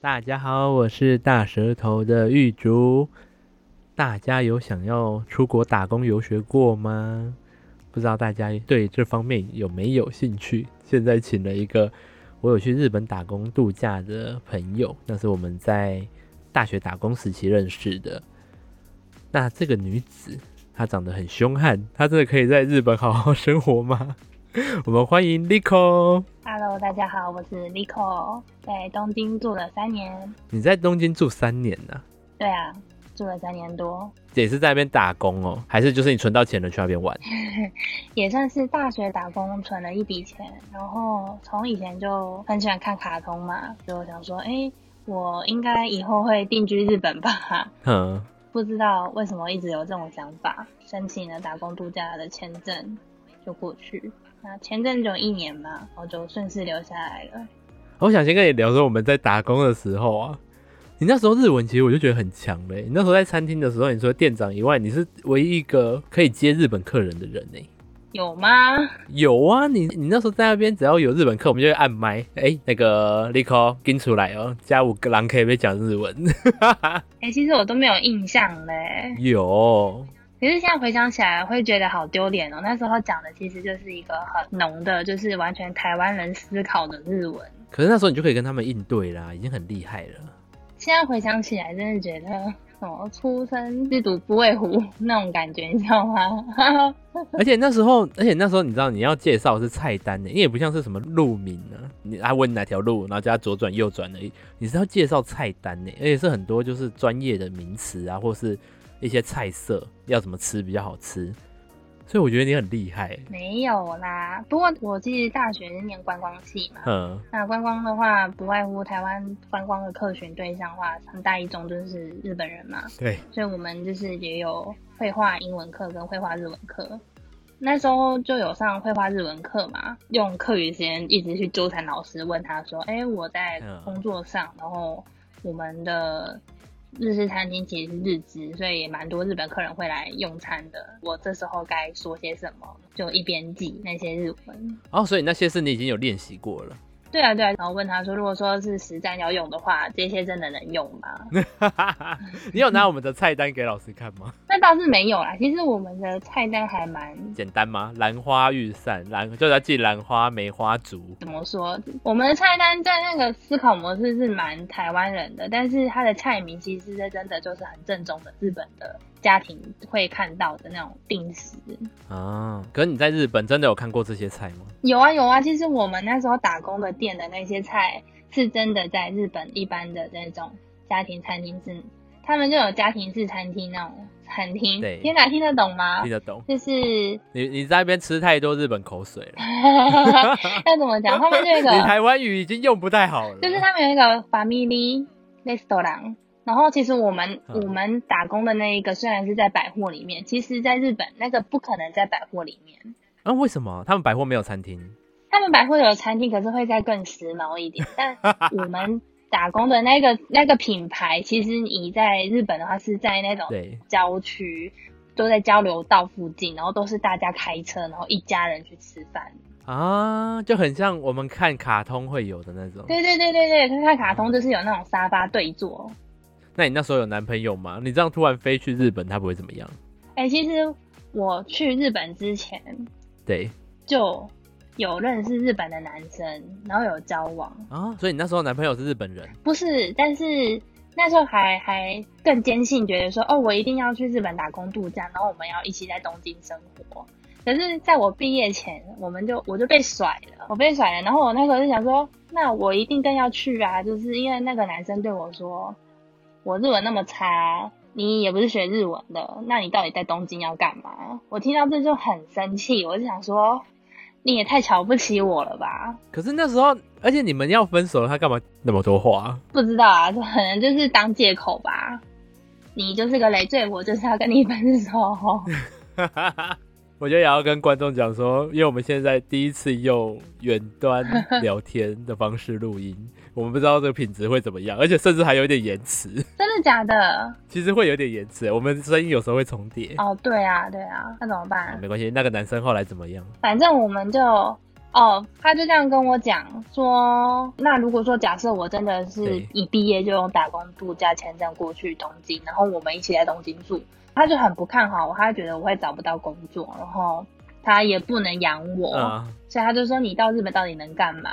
大家好，我是大舌头的玉竹。大家有想要出国打工游学过吗？不知道大家对这方面有没有兴趣？现在请了一个我有去日本打工度假的朋友，那是我们在大学打工时期认识的。那这个女子她长得很凶悍，她真的可以在日本好好生活吗？ 我们欢迎 Lico。 Hello，大家好，我是 Nico，在东京住了三年。你在东京住三年呐、对啊，住了三年多，也是在那边打工哦，还是就是你存到钱了去那边玩？也算是大学打工存了一笔钱。然后从以前就很喜欢看卡通嘛，就想说，哎、我应该以后会定居日本吧？嗯，不知道为什么一直有这种想法，申请了打工度假的签证就过去。那签证只有一年嘛，我就顺势留下来了。我想先跟你聊说我们在打工的时候啊，你那时候日文其实我就觉得很强嘞、你那时候在餐厅的时候，你除了店长以外，你是唯一一个可以接日本客人的人呢、欸有吗？有啊，你你那时候在那边，只要有日本客，我们就会按麦，哎、那个 Lico 跟出来哦，加五个狼可以被讲日文。 哎、其实我都没有印象嘞。有，可是现在回想起来，会觉得好丢脸哦。那时候讲的其实就是一个很浓的，就是完全台湾人思考的日文。可是那时候你就可以跟他们应对啦，已经很厉害了。现在回想起来，真的觉得什么出生之犊不畏虎那种感觉，你知道吗？ 而且那时候，而且那时候你知道你要介绍的是菜单呢，你也不像是什么路名啊，你他问你哪条路，然后叫他左转右转而已，你是要介绍菜单呢，而且是很多就是专业的名词啊，或是一些菜色要怎么吃比较好吃，所以我觉得你很厉害。欸没有啦。不过我其实大学是念观光系嘛，嗯，那观光的话，不外乎台湾观光的客群对象的话，很大一种就是日本人嘛。 对，所以我们就是也有绘画英文课跟绘画日文课。那时候就有上绘画日文课嘛，用课余时间一直去纠缠老师，问他说：“哎、我在嗯工作上，然后我们的日式餐厅其实是日资，所以也蛮多日本客人会来用餐的。我这时候该说些什么？就一边记那些日文。哦，所以那些是你已经有练习过了。对啊，对啊。然后问他说，如果说是实战要用的话，这些真的能用吗？ 你有拿我们的菜单给老师看吗？那倒是没有啦。其实我们的菜单还蛮 简单吗？兰花玉散，兰就是要记兰花、梅花竹。怎么说？我们的菜单在那个思考模式是蛮台湾人的，但是它的菜名其实是真的就是很正宗的日本的家庭会看到的那种定时。啊，可是你在日本真的有看过这些菜吗？有啊有啊，其实我们那时候打工的店的那些菜，是真的在日本一般的那种家庭餐厅是，他们就有家庭式餐厅那种餐厅对。天哪，听得懂吗听？得懂？就是 你你在那边吃太多日本口水了，要怎么讲？他们就有 一你个，台湾语已经用不太好了。就是他们有一个 family restaurant。然后其实我们、嗯我们打工的那一个虽然是在百货里面，其实在日本那个不可能在百货里面。啊，为什么他们百货没有餐厅？他们百货有餐厅，可是会再更时髦一 点。但我们打工的那个那个品牌，其实你在日本的话是在那种对，郊区，都在交流道附近，然后都是大家开车，然后一家人去吃饭。啊，就很像我们看卡通会有的那种。对对对对对，看看卡通就是有那种沙发对坐。那你那时候有男朋友吗？你这样突然飞去日本，他不会怎么样？哎、其实我去日本之前对就有认识日本的男生，然后有交往，啊，所以你那时候男朋友是日本人不是，但是那时候还还更坚信，觉得说哦，我一定要去日本打工度假，然后我们要一起在东京生活。可是，在我毕业前，我们就我就被甩了，我被甩了。然后我那时候就想说，那我一定更要去啊，就是因为那个男生对我说，我日文那么差，你也不是学日文的，那你到底在东京要干嘛？我听到这就很生气，我就想说，你也太瞧不起我了吧。可是那时候，而且你们要分手了，他干嘛那么多话？ 不知道啊， 可能就是当借口吧。你就是个累赘，我就是要跟你分手。我觉得也要跟观众讲说，因为我们现在第一次用远端聊天的方式录音， 我们不知道这个品质会怎么样，而且甚至还有一点延迟，真的假的？其实会有点延迟，我们声音有时候会重哦叠。哦，对啊，对啊，那怎么办？没关系，那个男生后来怎么样？反正我们就哦，他就这样跟我讲说，那如果说假设我真的是对一毕业就用打工度假签证过去东京，然后我们一起在东京住，他就很不看好我，他觉得我会找不到工作，然后他也不能养我，啊，所以他就说你到日本到底能干嘛？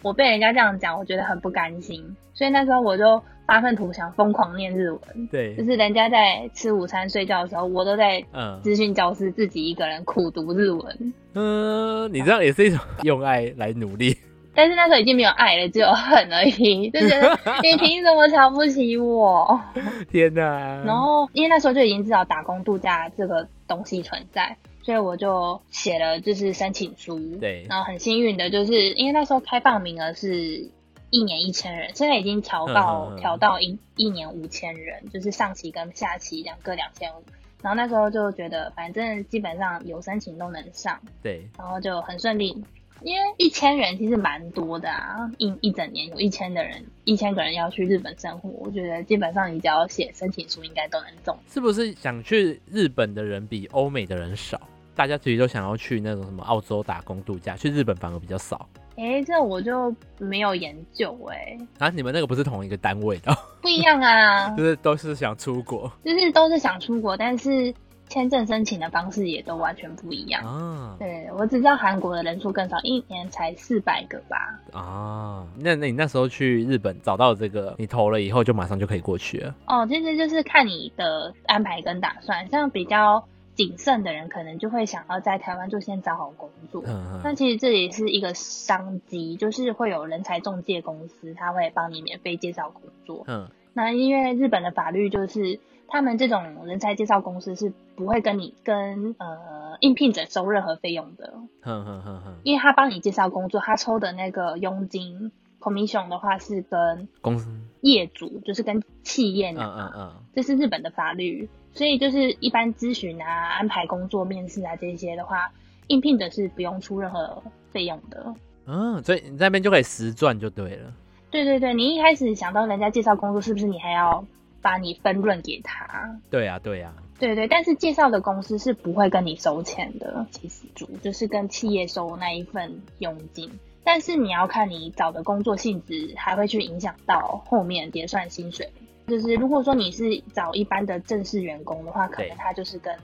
我被人家这样讲，我觉得很不甘心，所以那时候我就发愤图强，疯狂念日文，就对，是人家在吃午餐睡觉的时候，我都在嗯资讯教室自己一个人苦读日文。嗯、你这样也是一种用爱来努力， 但是那时候已经没有爱了，只有恨而已，就觉得 你凭什么瞧不起我？天哪！然后因为那时候就已经知道打工度假这个东西存在，所以我就写了就是申请书。对然后很幸运的就是因为那时候开放名额是一年一千人，现在已经调到嗯嗯嗯调到一一年五千人，就是上期跟下期两个两千五。然后那时候就觉得反正基本上有申请都能上，对，然后就很顺利。因为一千人其实蛮多的啊，一一整年有一千的人，一千个人要去日本生活，我觉得基本上你只要写申请书，应该都能中。是不是想去日本的人比欧美的人少？大家其实都想要去那种什么澳洲打工度假，去日本反而比较少诶，这我就没有研究诶，啊。你们那个不是同一个单位的， 不一样啊就，是都是想出国就是都是想出国，但是签证申请的方式也都完全不一样。啊对，我只知道韩国的人数更少，一年才四百个吧。啊。那那你那时候去日本找到这个，你投了以后就马上就可以过去了。哦，其实就是看你的安排跟打算，像比较谨慎的人，可能就会想要在台湾就先找好工作。嗯那嗯，其实这也是一个商机，就是会有人才中介公司，他会帮你免费介绍工作。嗯那因为日本的法律就是，他们这种人才介绍公司是不会跟你跟呃应聘者收任何费用的，哼哼哼哼，因为他帮你介绍工作，他抽的那个佣金 commission 的话是跟公司，业主，就是跟企业嗯拿，嗯嗯，这是日本的法律，所以就是一般咨询啊、安排工作、面试啊这些的话，应聘者是不用出任何费用的。嗯，所以你在那边就可以实赚就对了。对对对，你一开始想到人家介绍工作，是不是你还要把你分润给他？对啊，对啊，对对，但是介绍的公司是不会跟你收钱的，其实主就是跟企业收那一份佣金。但是你要看你找的工作性质，还会去影响到后面结算薪水。就是如果说你是找一般的正式员工的话，可对能他就是跟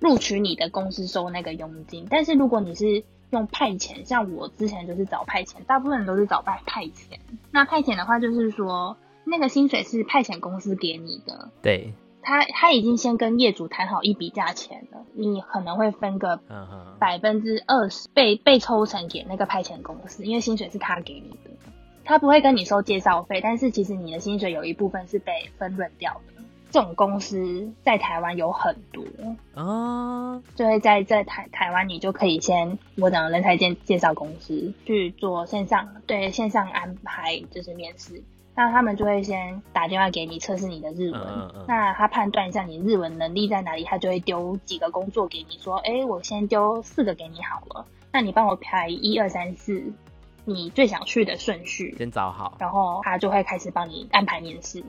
录取你的公司收那个佣金。但是如果你是用派遣，像我之前就是找派遣，大部分人都是找派派遣。那派遣的话，就是说那个薪水是派遣公司给你的，对，他他已经先跟业主谈好一笔价钱了，你可能会分个嗯哼，百分之二十被被抽成给那个派遣公司，因为薪水是他给你的，他不会跟你收介绍费，但是其实你的薪水有一部分是被分润掉的。这种公司在台湾有很多，啊，就会在在台台湾，你就可以先我讲人才介介绍公司去做线上对线上安排，就是面试。那他们就会先打电话给你测试你的日文，嗯嗯嗯那他判断一下你日文能力在哪里，他就会丢几个工作给你，说，哎、我先丢四个给你好了，那你帮我排一二三四，你最想去的顺序，先找好。然后他就会开始帮你安排面试。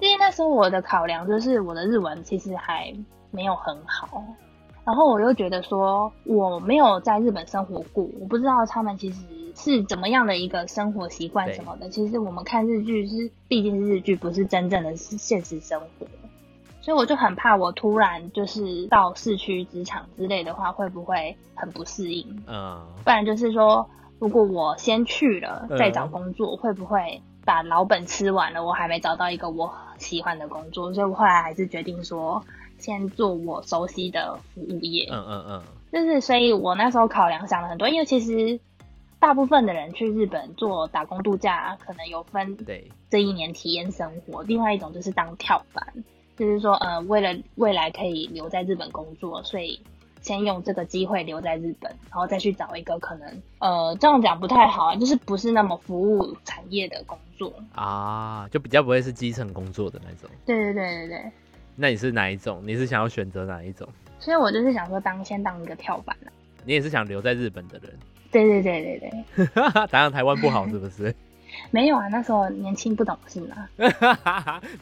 因为那时候我的考量就是我的日文其实还没有很好，然后我又觉得说我没有在日本生活过，我不知道他们其实是怎么样的一个生活习惯对什么的。其实我们看日剧是毕竟是日剧，不是真正的是现实生活，所以我就很怕我突然就是到市区职场之类的话，会不会很不适应？嗯，不然就是说，如果我先去了嗯再找工作，会不会把老本吃完了？我还没找到一个我喜欢的工作，所以我后来还是决定说，先做我熟悉的服务业。嗯嗯嗯，就是，所以我那时候考量想了很多，因为其实大部分的人去日本做打工度假，可能有分对，这一年体验生活，另外一种就是当跳板，就是说呃，为了未来可以留在日本工作，所以先用这个机会留在日本，然后再去找一个可能呃这样讲不太好啊，就是不是那么服务产业的工作。啊，就比较不会是基层工作的那种。对对对对对，那你是哪一种？你是想要选择哪一种？所以我就是想说当先当一个跳板啊。你也是想留在日本的人？ 对对对对对，打上台湾不好是不是？ 没有啊，那时候年轻不懂事嘛。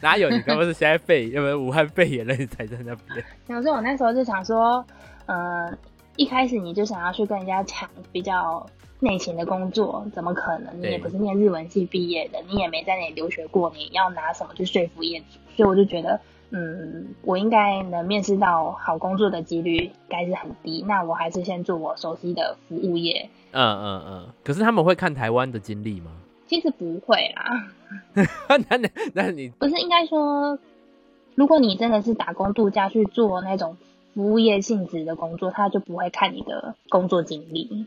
哪有？你刚刚是现在肺，要不然武汉肺炎了，你才在那边。然后所以我那时候就想说，呃，一开始你就想要去跟人家抢比较内勤的工作，怎么可能？你对也不是念日文系毕业的，你也没在那里留学过，你要拿什么去说服业主？所以我就觉得，嗯，我应该能面试到好工作的几率应该是很低。那我还是先做我熟悉的服务业。嗯嗯嗯。可是他们会看台湾的经历吗？其实不会啦， 那那那你不是应该说，如果你真的是打工度假去做那种服务业性质的工作，他就不会看你的工作经历。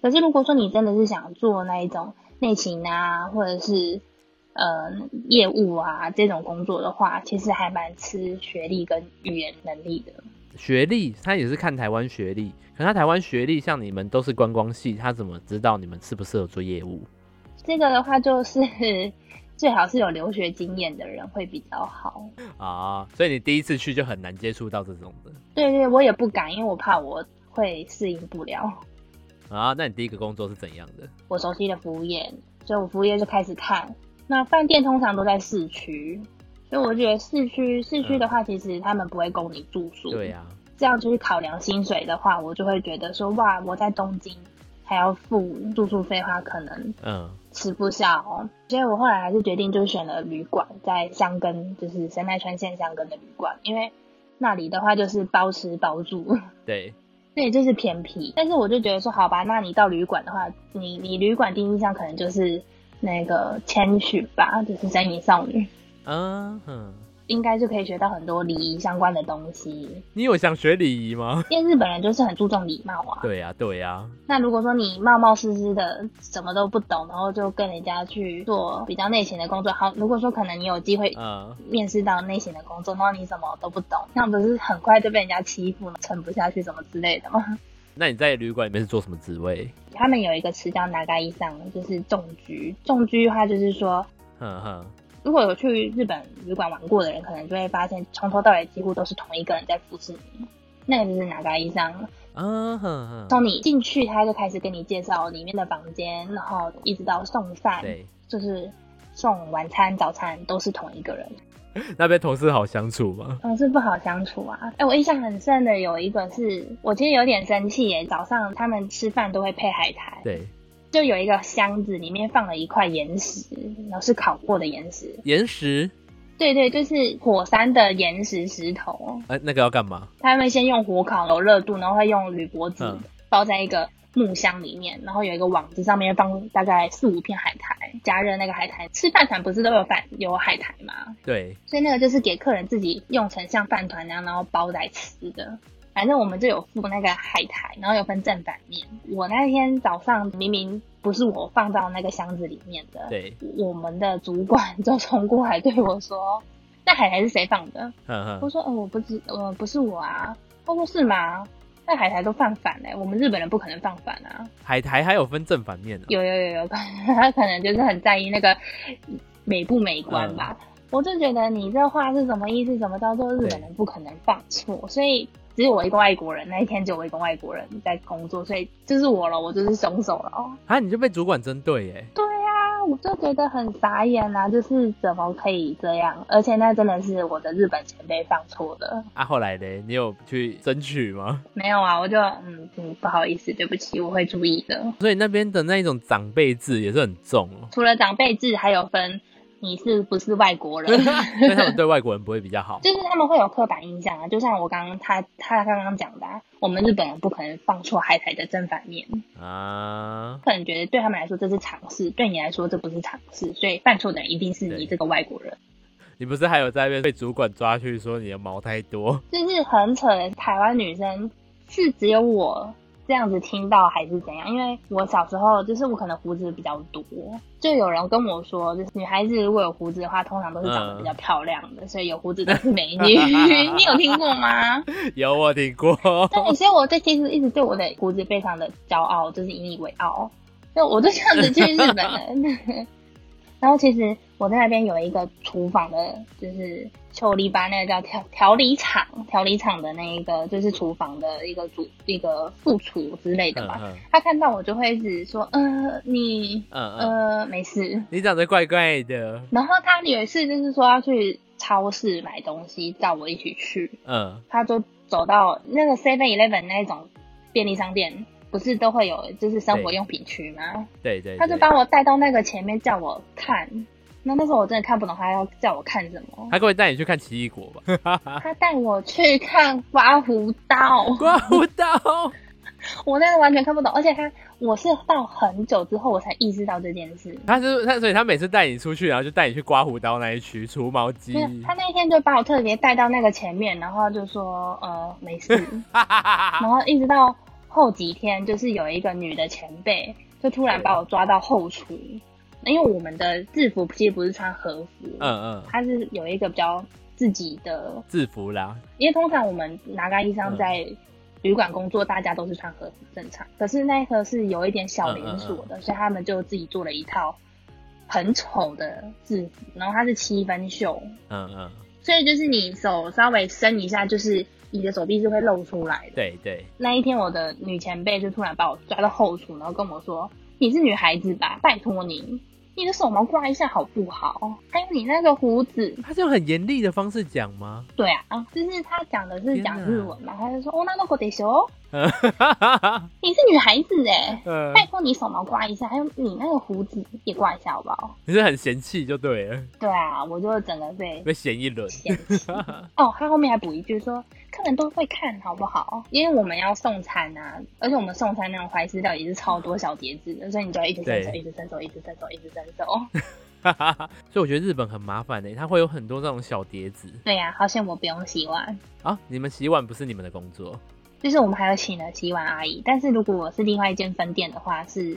可是如果说你真的是想做那一种内勤啊，或者是呃业务啊这种工作的话，其实还蛮吃学历跟语言能力的。学历，他也是看台湾学历，可是他台湾学历像你们都是观光系，他怎么知道你们适不适合做业务？这个的话，就是 最好是有留学经验的人会比较好。啊，所以你第一次去就很难接触到这种的对对，我也不敢，因为我怕我会适应不了。啊。那你第一个工作是怎样的？我熟悉的服务业，所以我服务业就开始看。那饭店通常都在市区，所以我觉得市区市区的话，其实他们不会供你住宿。对、啊呀、这样就是考量薪水的话，我就会觉得说，哇，我在东京还要付住宿费的话，可能嗯，吃不消、哦。所以我后来还是决定就是选了旅馆，在箱根，就是神奈川县箱根的旅馆，因为那里的话就是包吃包住。对，对，就是偏僻。但是我就觉得说，好吧，那你到旅馆的话，你你旅馆第一印象可能就是那个谦逊吧，就是神隐少女，嗯哼，应该就可以学到很多礼仪相关的东西。你有想学礼仪吗？ 因为日本人就是很注重礼貌啊。对呀、对呀、那如果说你冒冒失失的什么都不懂，然后就跟人家去做比较内勤的工作，好，如果说可能你有机会。嗯，面试到内勤的工作，然后你什么都不懂，那不是很快就被人家欺负，撑不下去什么之类的吗？那你在旅馆里面是做什么职位？他们有一个词叫“拿嘎伊桑”，就是种居。种居的话，就是说，哼哼，如果有去日本旅馆玩过的人，可能就会发现从头到尾几乎都是同一个人在服侍你。那个就是拿嘎伊桑，嗯哼哼，从你进去，他就开始跟你介绍里面的房间，然后一直到送饭，对，就是送晚餐、早餐都是同一个人。那边同事好相处吗？同事不好相处啊。哎、我印象很深的有一个是，我其实有点生气耶。早上他们吃饭都会配海苔，对，就有一个箱子，里面放了一块岩石，然后是烤过的岩石。岩石，对对，就是火山的岩石石头，呃，那个要干嘛？他们先用火烤有热度，然后会用铝箔纸嗯包在一个木箱里面，然后有一个网子，上面放大概四五片海苔，加热那个海苔。吃饭团不是都有饭有海苔吗？对，所以那个就是给客人自己用成像饭团那样，然后包来吃的。反正我们就有附那个海苔，然后有分正反面。我那天早上明明不是我放到那个箱子里面的，对，我们的主管 就冲过来对我说：“那海苔是谁放的？”哼我哼，说：“哦，我不知，呃，不是我啊。”他说：“是吗？那海苔都放反嘞、我们日本人不可能放反啊。海苔还有分正反面的、有有有有，他可能就是很在意那个美不美观吧。我就觉得你这话是什么意思？什么叫做日本人不可能放错？所以只有我一个外国人，那一天只有我一个外国人在工作，所以就是我了，我就是凶手了哦。啊，你就被主管针对耶。对呀、我就觉得很傻眼啊，就是怎么可以这样？而且那真的是我的日本前辈放错的。啊，后来嘞，你有去争取吗？没有啊，我就嗯嗯，不好意思，对不起，我会注意的。所以那边的那一种长辈制也是很重 哦。除了长辈制，还有分你是不是外国人。所以他们对外国人不会比较好。就是他们会有刻板印象啊，就像我刚刚他他刚刚讲的、啊，我们日本人不可能放错海苔的正反面，啊，可能觉得对他们来说这是常识，对你来说这不是常识，所以犯错的人一定是对你这个外国人，你不是还有在那边被主管抓去说你的毛太多？就是很扯的。台湾女生是只有我这样子听到还是怎样？因为我小时候就是我可能胡子比较多，就有人跟我说，就是女孩子如果有胡子的话，通常都是长得比较漂亮的，所以有胡子都是美女。你有听过吗？有我听过， 对，所以我对其实一直对我的胡子非常的骄傲，就是引以为傲。就我就这样子去日 本了。然后其实我在那边有一个厨房的，就是秋梨吧，那个叫调调理厂，调理厂的那一个就是厨房的一个主一个副厨之类的嗯吧。嗯他看到我就会一直说，呃，你嗯嗯，呃没事。你长得怪怪的，然后他有一次就是说要去超市买东西，叫我一起去。嗯他就走到那个 Seven Eleven 那一种便利商店，不是都会有就是生活对用品区吗？对对，他就对把我带到那个前面叫我看，那那时候我真的看不懂他要叫我看什么，他各位带你去看奇异果吧，他带我去看刮胡刀， 刮胡刀，我那个完全看不懂，而且他我是到很久之后我才意识到这件事。他就是他，所以他每次带你出去，然后就带你去刮胡刀那一区、除毛机没，有，他那一天就把我特别带到那个前面，然后就说呃没事，哈哈哈哈然后一直到后几天，就是有一个女的前辈，就突然把我抓到后厨，因为我们的制服其实不是穿和服，嗯嗯，它是有一个比较自己的，制服啦，因为通常我们拿嘎衣裳在旅馆工作，大家都是穿和服正常，可是那一颗是有一点小连锁的，所以他们就自己做了一套很丑的制服，然后它是七分袖，嗯嗯，所以就是你手稍微伸一下，就是你的手臂是会露出来的。对对，那一天，我的女前辈就突然把我抓到后厨，然后跟我说：“你是女孩子吧？拜托你，你的手毛刮一下好不好？还有你那个胡子，他是用很严厉的方式讲吗？对啊，就是他讲的是天讲哪日文嘛，他就说：‘哦，那那个得修， 嗯哈哈哈你是女孩子哎、嗯拜托你手毛刮一下，还有你那个胡子也刮一下好不好 你是很嫌弃就对了，？’对啊，我就整个被被嫌一轮， 嫌弃。哦，他后面还补一句说，客人都会看好不好？因为我们要送餐啊，而且我们送餐那种怀石料理是超多小碟子的，所以你就要一直伸手，对一直伸手，一直伸手，一直伸手。哈哈哈所以我觉得日本很麻烦的、它会有很多这种小碟子对呀、好险我不用洗碗，啊。你们洗碗不是你们的工作，就是我们还有请了洗碗阿姨。但是如果我是另外一间分店的话，是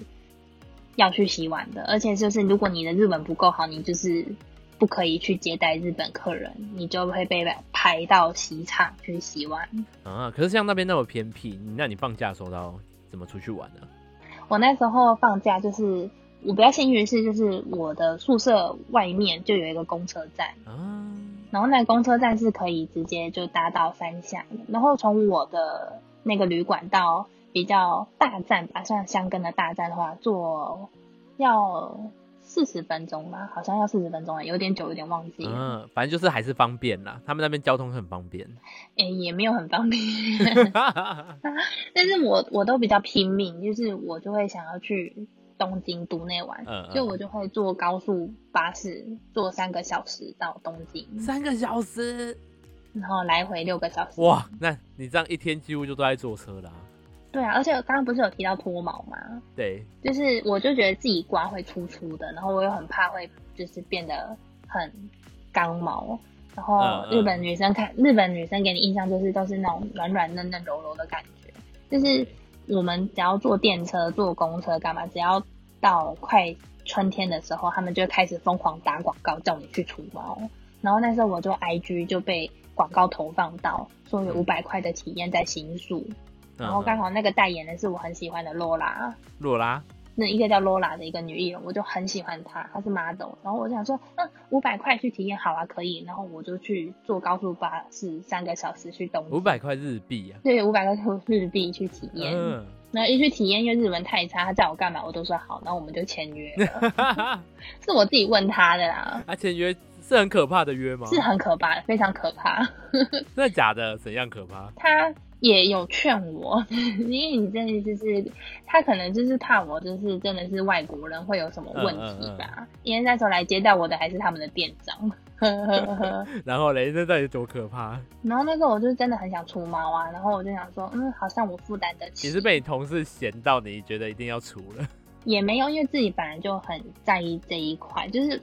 要去洗碗的，而且就是如果你的日文不够好，你就是。不可以去接待日本客人，你就会被排到洗场去洗碗。啊，可是像那边那么偏僻，你那你放假的时候到怎么出去玩呢、我那时候放假就是我比较幸运的是，就是我的宿舍外面就有一个公车站，啊？然后那个公车站是可以直接就搭到三峡的，然后从我的那个旅馆到比较大站吧，像香根的大站的话，坐要四十分钟吧，好像要四十分钟啊了，有点久，有点忘记嗯、了，反正就是还是方便啦，他们那边交通很方便。 诶、也没有很方便。哈哈哈但是我我都比较拼命，就是我就会想要去东京都内玩，嗯嗯所以我就会坐高速巴士坐三个小时到东京，三个小时，然后来回六个小时。！哇，那你这样一天几乎就都在坐车啦。对啊，而且刚刚不是有提到脱毛吗？对，就是我就觉得自己刮会粗粗的，然后我又很怕会就是变得很刚毛。然后嗯嗯日本女生看、日本女生给你印象就是都是那种软软嫩嫩柔柔的感觉，就是我们只要坐电车、坐公车干嘛，只要到快春天的时候，他们就会开始疯狂打广告，叫你去除毛。然后那时候我就 IG 就被广告投放到说有五百块的体验在新宿，嗯然哦后刚好好那个代言人是我很喜欢的 Lola，洛嗯拉，那一个叫 Lola 的一个女艺人，我就很喜欢她，她是 model。然后我想说，嗯，五百块去体验好啊，可以。然后我就去坐高速巴士三个小时去东京，五百块日币啊。对，五百块日币去体验。嗯， 然后一去体验，因为日文太差，他叫我干嘛我都说好，然后我们就签约了， 哈哈哈是我自己问他的啦，啊，签约是很可怕的约吗？是很啊可怕的，非常可怕。真的假的？怎样可怕？他也有劝我， 因为你真的就是他可能就是怕我就是真的是外国人会有什么问嗯题吧，因为那时候来接待我的还是他们的店长。呵呵呵，然后嘞，那到底多可怕？然后那时候我就真的很想除毛啊，然后我就想说，嗯，好像我负担得起。你是被你同事嫌到，你觉得一定要除了？也没有，因为自己本来就很在意这一块，就是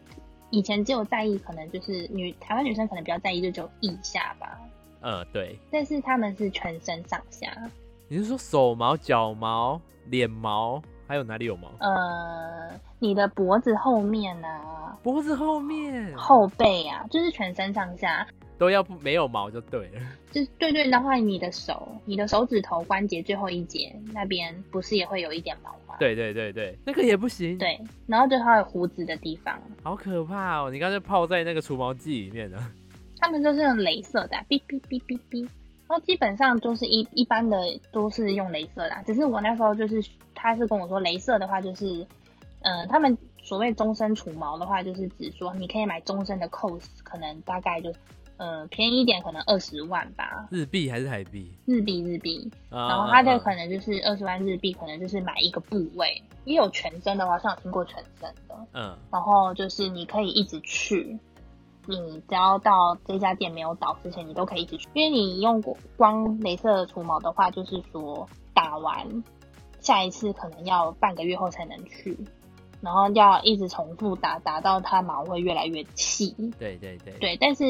以前只有在意，可能就是女台湾女生可能比较在意，就只有腋下吧，嗯，对，但是他们是全身上下，你是说手毛、脚毛、脸毛，还有哪里有毛？呃，你的脖子后面啊，脖子后面后背啊，就是全身上下，都要不没有毛就对了。就是对对，然后你的手，你的手指头关节最后一节那边不是也会有一点毛吗？对对对对，那个也不行。，对，然后就还有胡子的地方，好可怕哦！你刚才泡在那个除毛剂里面啊呢。他们就是用镭射的啊、哔哔哔哔哔。然后基本上就是一一般的都是用镭射啦，只是我那时候就是他是跟我说，镭射的话就是，嗯、他们所谓终身除毛的话，就是指说你可以买终身的 cos，可能大概就呃便宜一点可能二十万吧，日币还是台币？日币日币，啊然后它啊的啊可能就是二十万日币，可能就是买一个部位，也有全身的，我好像有听过全身的。嗯然后就是你可以一直去，你只要到这家店没有倒之前，你都可以一直去，因为你用过光镭射除毛的话，就是说打完下一次可能要半个月后才能去，然后要一直重复打，打到它毛会越来越细。对对对对，但是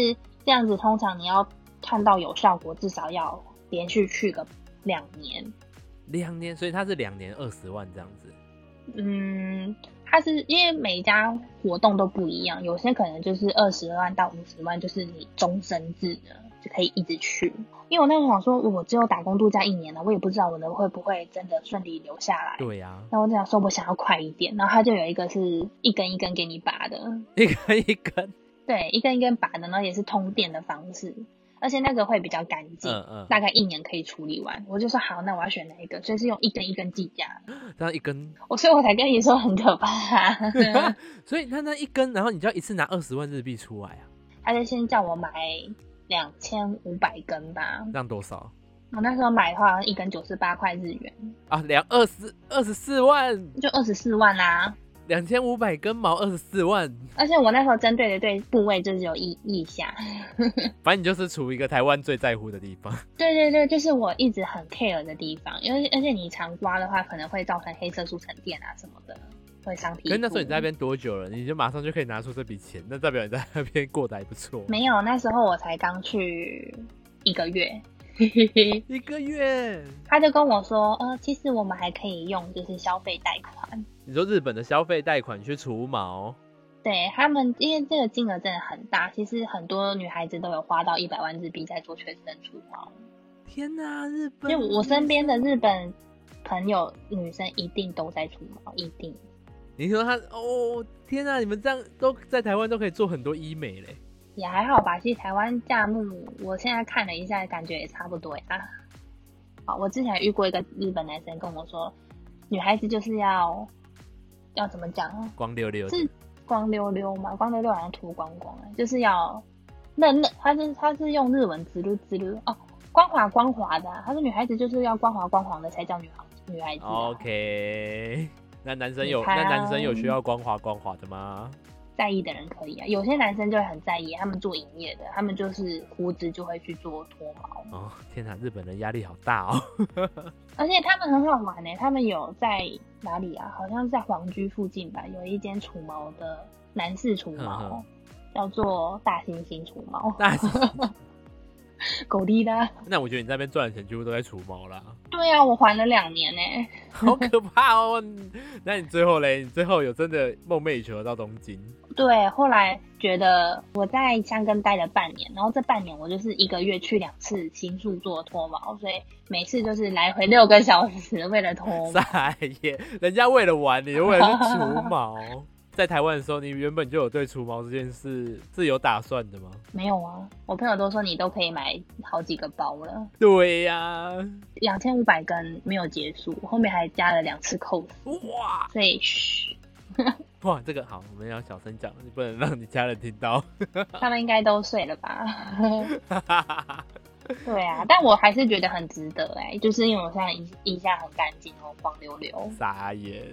这样子通常你要看到有效果，至少要连续去个两年。两年，所以它是两年二十万这样子。嗯，它是因为每一家活动都不一样，有些可能就是二十万到五十万，就是你终身制的，就可以一直去。因为我那时候想说，我只有打工度假一年了，我也不知道我的会不会真的顺利留下来。对呀、那我就想说，我想要快一点，然后它就有一个是一根一根给你拔的， 一根一根，对，一根一根拔的，然后也是通电的方式，而且那个会比较干净。嗯嗯，大概一年可以处理完，我就说好，那我要选哪一个？所以是用一根一根计价，这样一根，我所以我才跟你说很可怕、啊 所以它那一根，然后你就要一次拿二十万日币出来啊，他就先叫我买两千五百根吧。这样多少我那时候买的话，好像一根九十八块日元，啊？两二十二十四万，就二十四万啦、两千五百根毛二十四万，而且我那时候针对的对部位就只有一一下。反正你就是处于一个台湾最在乎的地方。对对对，就是我一直很 care 的地方，因为而且你常刮的话，可能会造成黑色素沉淀啊什么的，会伤皮可肤。是那时候你在那边多久了？你就马上就可以拿出这笔钱，那代表你在那边过得还不错。没有，那时候我才刚去一个月。 一个月，他就跟我说，呃，其实我们还可以用就是消费贷款，你说日本的消费贷款去除毛，对他们，因为这个金额真的很大，其实很多女孩子都有花到一百万日币在做全身除毛。天哪，日本！因为我身边的日本朋友女生一定都在除毛，一定。你说他哦，天哪、你们这样都在台湾都可以做很多医美嘞。也还好吧，其实台湾价目我现在看了一下，感觉也差不多呀。好，我之前遇过一个日本男生跟我说，女孩子就是要要怎么讲啊？光溜溜的是光溜溜嘛，光溜溜好像秃光光了，就是要嫩嫩，它是它是用日文滋噜滋噜哦，光滑光滑的啊、她说女孩子就是要光滑光滑的才叫女孩女孩子啊、哦，OK。那男生有你那看男生有需要光滑光滑的吗？在意的人可以啊，有些男生就会很在意，他们做营业的，他们就是胡子就会去做脱毛，哦，天哪、日本人压力好大哦。 而且他们很好玩呢、欸他们有在哪里啊？好像是在皇居附近吧，有一间除毛的男士除毛。嗯嗯叫做大猩猩除毛，那 狗滴的。那我觉得你在那边赚的钱几乎都在除毛 啦，对啊，我还了两年呢、好可怕哦。那你最后嘞，你最后有真的梦寐以求的到东京？对，后来觉得我在香根待了半年，然后这半年我就是一个月去两次新宿做脱毛，所以每次就是来回六个小时为了脱 毛。撒野，人家为了玩，你为了是除毛。 在台湾的时候，你原本就有对除毛这件事是有打算的吗？没有啊，我朋友都说你都可以买好几个包了，对呀、两千五百根没有结束，后面还加了两次扣子，哇所以嘘，哇，这个好，我们要小声讲，不能让你家人听到。 他们应该都睡了吧？ 对啊，但我还是觉得很值得哎、就是因为我现在一一下很干净，然后光溜溜。撒野，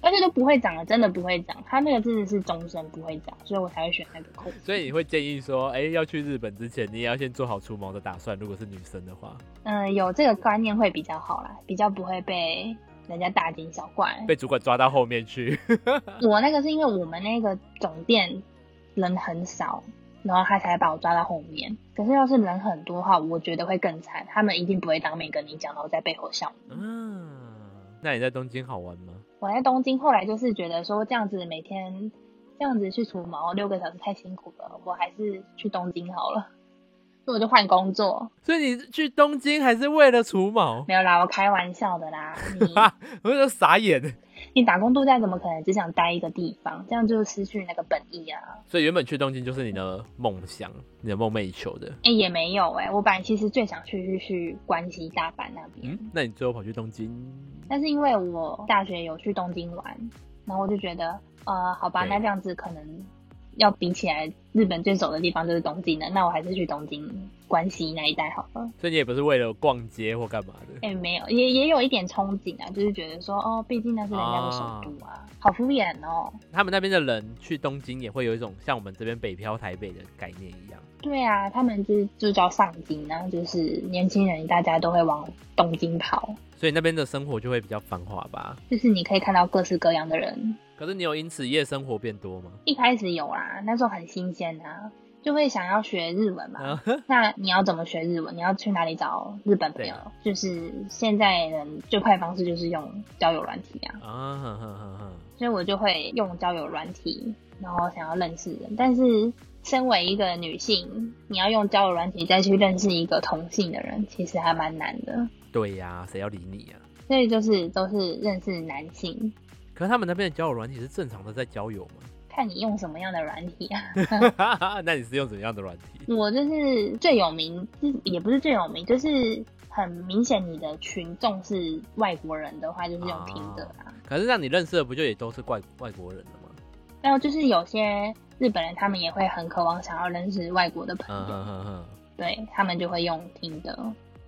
而且都不会长了，真的不会长。它那个真的是终身不会长，所以我才会选那个扣子。所以你会建议说，哎、要去日本之前，你也要先做好除毛的打算。如果是女生的话，嗯，有这个观念会比较好啦，比较不会被人家大惊小怪。被主管抓到后面去。我那个是因为我们那个总店人很少，然后他才把我抓到后面。可是要是人很多的话，我觉得会更惨。他们一定不会当面跟你讲，然后在背后笑啊你。嗯， 那你在东京好玩吗？我在东京后来就是觉得说这样子每天这样子去除毛六个小时太辛苦了，我还是去东京好了。所以我就换工作，所以你去东京还是为了除毛？没有啦，我开玩笑 的啦。哈，我就傻眼。你你打工度假怎么可能只想待一个地方？这样就失去那个本意啊！所以原本去东京就是你的梦想，你的梦寐以求的。哎、也没有哎、我本来其实最想去去去关西、大阪那边，嗯，那你最后跑去东京，但是因为我大学有去东京玩，然后我就觉得，呃，好吧，对那这样子可能要比起来，日本最熟的地方就是东京了，那我还是去东京关西那一带好了。所以你也不是为了逛街或干嘛的。哎、没有，也也有一点憧憬啊，就是觉得说，哦，毕竟那是人家的首都啊，好敷衍哦。他们那边的人去东京也会有一种像我们这边北漂台北的概念一样。对啊，他们就是就叫上京啊，就是年轻人大家都会往东京跑，所以那边的生活就会比较繁华吧。就是你可以看到各式各样的人。可是你有因此夜生活变多吗？一开始有啊，那时候很新鲜啊，就会想要学日文嘛。啊，那你要怎么学日文？你要去哪里找日本朋友？就是现在人最快的方式就是用交友软体啊，啊哼哼哼哼所以我就会用交友软体，然后想要认识人。但是身为一个女性，你要用交友软体再去认识一个同性的人，其实还蛮难的。对呀、谁要理你啊呀、所以就是都是认识男性，可是他们那边的交友软体是正常的在交友看你用什么样的软体啊。 吗？ 那你是用怎样的软体？我就是最有名，就是也不是最有名，就是很明显你的群众是外国人的话，就是用听的啊。可是让你认识的不就也都是外外国人了吗？然后就是有些日本人，他们也会很渴望想要认识外国的朋嗯友，哼哼哼，对他们就会用听的。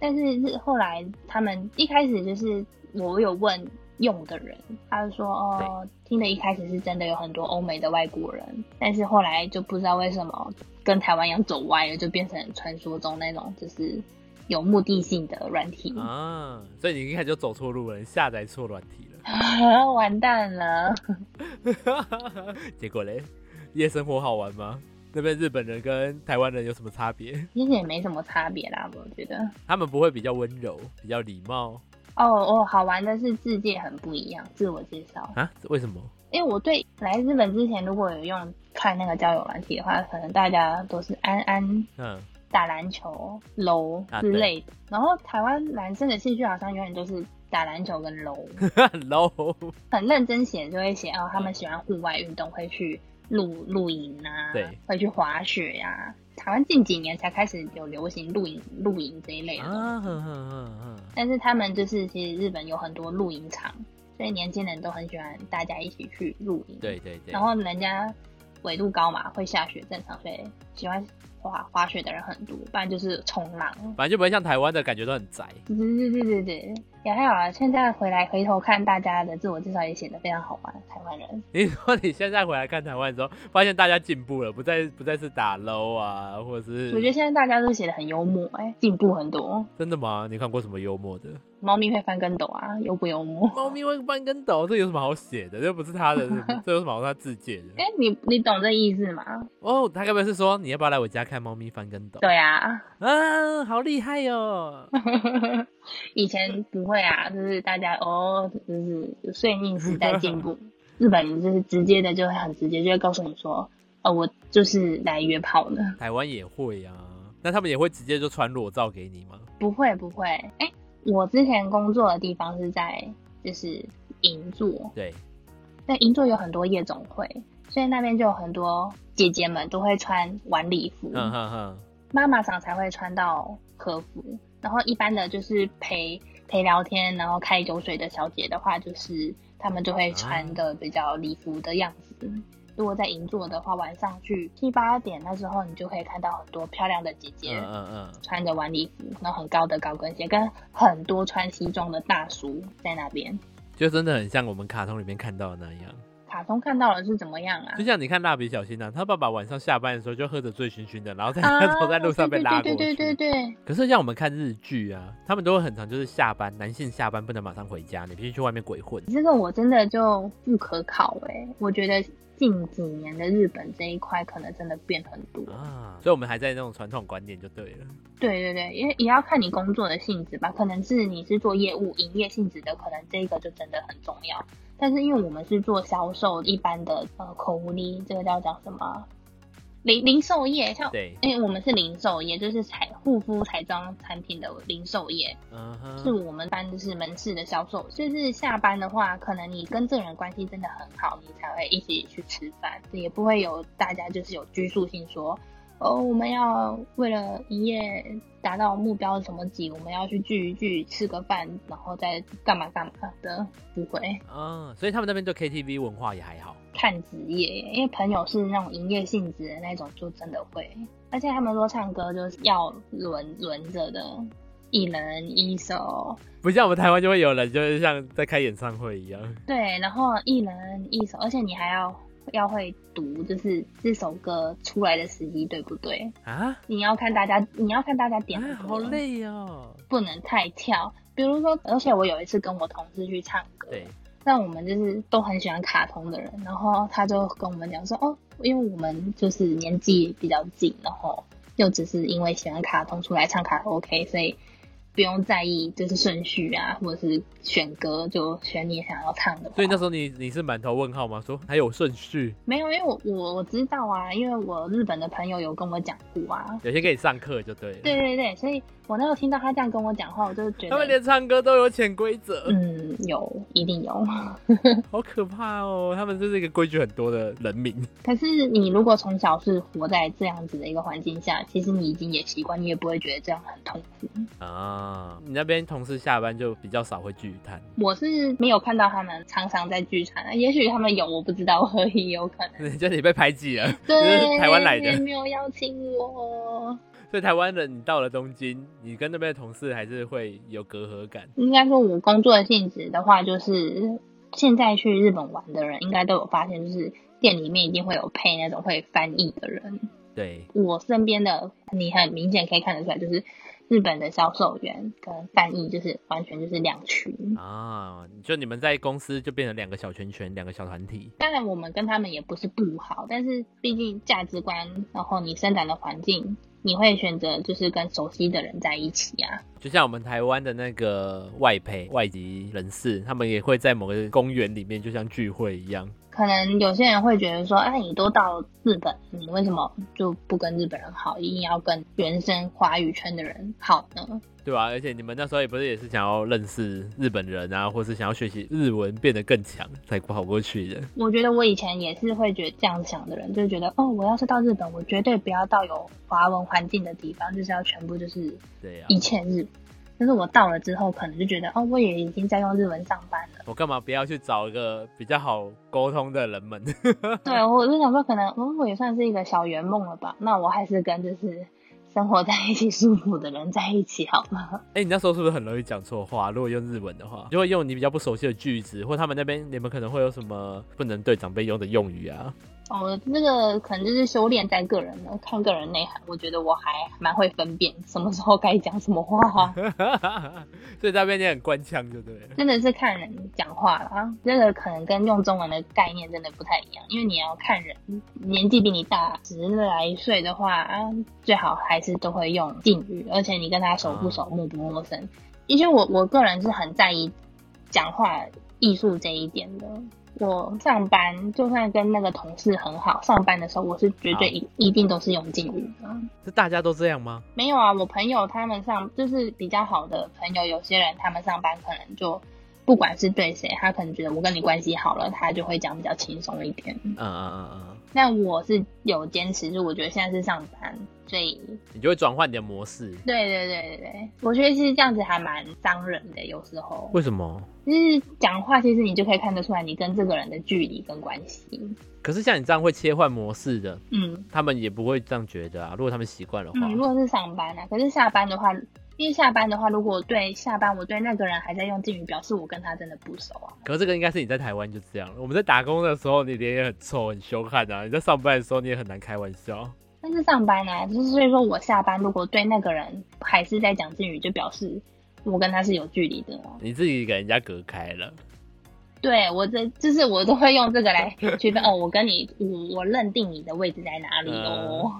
但是日后来他们一开始就是我有问用的人，他就说哦，听的一开始是真的有很多欧美的外国人，但是后来就不知道为什么跟台湾一样走歪了，就变成传说中那种就是有目的性的软体，啊，所以你一开始就走错路了，你下载错软体 完蛋了。了。 结果嘞，夜生活好玩吗？那边日本人跟台湾人有什么差别？其实也没什么差别啦，我觉得。他们不会比较温柔，比较礼貌哦哦，好玩的是自介很不一样，自我介绍。啊？为什么？因为我对来日本之前，如果有用看那个交友软体的话，可能大家都是安安 嗯，打篮球、楼啊之类的。然后台湾男生的兴趣好像永远都是打篮球跟 楼， low。很认真写就会写哦，他们喜欢户外运动，会去露露营啊对，会去滑雪呀、台湾近几年才开始有流行露营、露营这一类的东西啊，哼哼哼哼，但是他们就是其实日本有很多露营场，所以年轻人都很喜欢大家一起去露营。对对对然，后人家纬度高嘛，会下雪正常，所以喜欢滑滑雪的人很多，不然就是冲浪。反正就不会像台湾的感觉都很宅。对对对对对，也还好啊。现在回来回头看大家的自我介绍也写得非常好玩，台湾人。你说你现在回来看台湾的时候，发现大家进步了，不再不再是打 low 啊，或者我觉得是现在大家都写得很幽默、哎，进步很多。真的吗？你看过什么幽默的？猫咪会翻跟斗啊，幽不幽 默？猫咪会翻跟斗，这有什么好写的？这不是他的，这这有什么好他自荐的 哎、？你你懂这意思吗？哦，他该不会是说你要不要来我家看猫咪翻跟斗？对啊，啊，好厉害哟、 以前不会啊，就是大家哦，就是顺应时代进步。日本人就是直接的，就会很直接，就会告诉你说，哦，我就是来约炮的。台湾也会啊，那他们也会直接就传裸照给你吗？不会，不会。哎、我之前工作的地方是在就是银座，对，那银座有很多夜总会，所以那边就有很多姐姐们都会穿晚礼服，嗯哼哼，妈妈桑才会穿到和服，然后一般的就是陪陪聊天，然后开酒水的小姐的话，就是她们就会穿的比较礼服的样子。如果在银座的话，晚上去七八点那时候，你就可以看到很多漂亮的姐姐。嗯嗯嗯，穿着晚礼服，然后很高的高跟鞋，跟很多穿西装的大叔在那边。就真的很像我们卡通里面看到的那样。卡通看到了是怎么 样啊就？像你看蜡笔小新啊，他爸爸晚上下班的时候就喝得醉醺醺的，然后在啊，走在路上被拉过对去。对对对对对，可是像我们看日剧啊，他们都会很常就是下班，男性下班不能马上回家，你必须去外面鬼混。这个我真的就不可考哎、我觉得近几年的日本这一块可能真的变很多。啊，所以我们还在那种传统观念就对了。对对对，因为也要看你工作的性质吧，可能是你是做业务、营业性质的，可能这个就真的很重要。但是因为我们是做销售，一般的呃口无力，这个叫讲什么啊？零零售业，像对，因为我们是零售业，就是彩护肤、彩妆产品的零售业，嗯是哼，我们班就是门市的销售。就是下班的话，可能你跟这个人关系真的很好，你才会一起去吃饭，也不会有大家就是有拘束性说。哦，我们要为了营业达到目标什么级，我们要去聚一聚，吃个饭，然后再干嘛干嘛的，不会。嗯啊，所以他们那边对 KTV 文化也还好。看职业耶，因为朋友是那种营业性质的那种，就真的会。而且他们说唱歌就是要轮轮着的，一人一首，不像我们台湾就会有人，就是像在开演唱会一样。对，然后一人一首，而且你还要要会读，就是这首歌出来的时机对不对？啊你要看大家，你要看大家点的啊，歌好累哦。不能太跳。比如说，而且我有一次跟我同事去唱歌，对，那我们就是都很喜欢卡通的人，然后他就跟我们讲说，哦，因为我们就是年纪比较近，然后又只是因为喜欢卡通出来唱卡拉 OK，所以不用在意就是顺序啊，或者是选歌，就选你想要唱的吧。所以那时候你你是满头问号吗？说还有顺序，没有，因为我我我知道啊，因为我日本的朋友有跟我讲过啊。有些给你上课就对了。对，对对，所以我那时候听到他这样跟我讲话，我就觉他们得，连唱歌都有潜规则，嗯，有，一定有。好可怕哦！他们就是一个规矩很多的人民。可是你如果从小是活在这样子的一个环境下，其实你已经也习惯，你也不会觉得这样很痛苦。啊，你那边同事下班就比较少会聚餐， 我是没有看到他们常常在聚餐啊，也许他们有，我不知道而已，有可 能。就你被排挤了，你对，是台湾来也的，没有邀请我。所以台湾人你到了东京，你跟那边的同事还是会有隔阂感。应该说，我工作的性质的话，就是现在去日本玩的人，应该都有发现，就是店里面一定会有配那种会翻译的人。对，我身边的，你很明显可以看得出来，就是日本的销售员跟翻译就是完全就是两群。啊，就你们在公司就变成两个小圈圈，两个小团体。当然，我们跟他们也不是不好，但是毕竟价值观，然后你生长的环境，你会选择就是跟熟悉的人在一起啊。就像我们台湾的那个外配外籍人士，他们也会在某个公园里面，就像聚会一样。可能有些人会觉得说，哎、你都到日本，你为什么就不跟日本人好，一定要跟原生华语圈的人好呢？对吧、而且你们那时候也不是也是想要认识日本人啊，或是想要学习日文变得更强才跑过去的。我觉得我以前也是会觉得这样想的人，就觉得哦，我要是到日本，我绝对不要到有华文环境的地方，就是要全部就是对呀、一切日。但是我到了之后，可能就觉得哦，我也已经在用日文上班了。我干嘛不要去找一个比较好沟通的人们？ 对，我就想说，可能嗯，我也算是一个小圆梦了吧。那我还是跟就是生活在一起舒服的人在一起好了。哎、你那时候是不是很容易讲错话？如果用日文的话，就会用你比较不熟悉的句子，或他们那边你们可能会有什么不能对长辈用的用语啊。哦，那个可能就是修炼在个人的，看个人内涵。我觉得我还蛮会分辨什么时候该讲什么话，所以那边你很官腔，就对了。真的是看人讲话啦。这个可能跟用中文的概念真的不太一样，因为你要看人，年纪比你大十来岁的话，啊最好还是都会用敬语，而且你跟他熟不熟、陌不陌生。因为我我个人是很在意讲话艺术这一点的。我上班就算跟那个同事很好，上班的时候我是绝对一一定都是用敬语的。啊是大家都这样吗？没有啊，我朋友他们上就是比较好的朋友，有些人他们上班可能就不管是对谁，他可能觉得我跟你关系好了，他就会讲比较轻松一点。嗯嗯嗯嗯，但我是有坚持，就我觉得现在是上班，所以你就会转换你的模式。对对对对对，我觉得其实这样子还蛮伤人的，有时候为什么？就是讲话，其实你就可以看得出来你跟这个人的距离跟关系。可是像你这样会切换模式的，嗯他们也不会这样觉得啊。如果他们习惯的话，嗯，如果是上班啊，可是下班的话，因为下班的话，如果对下班我对那个人还在用敬语，表示我跟他真的不熟啊。可是这个应该是你在台湾就这样了。我们在打工的时候，你脸也很臭、很凶悍啊；你在上班的时候，你也很难开玩笑。但是上班啊，就是所以说我下班如果对那个人还是在讲敬语，就表示我跟他是有距离的哦。你自己给人家隔开了，对我这就是我都会用这个来区分哦，我跟你我我认定你的位置在哪里哦。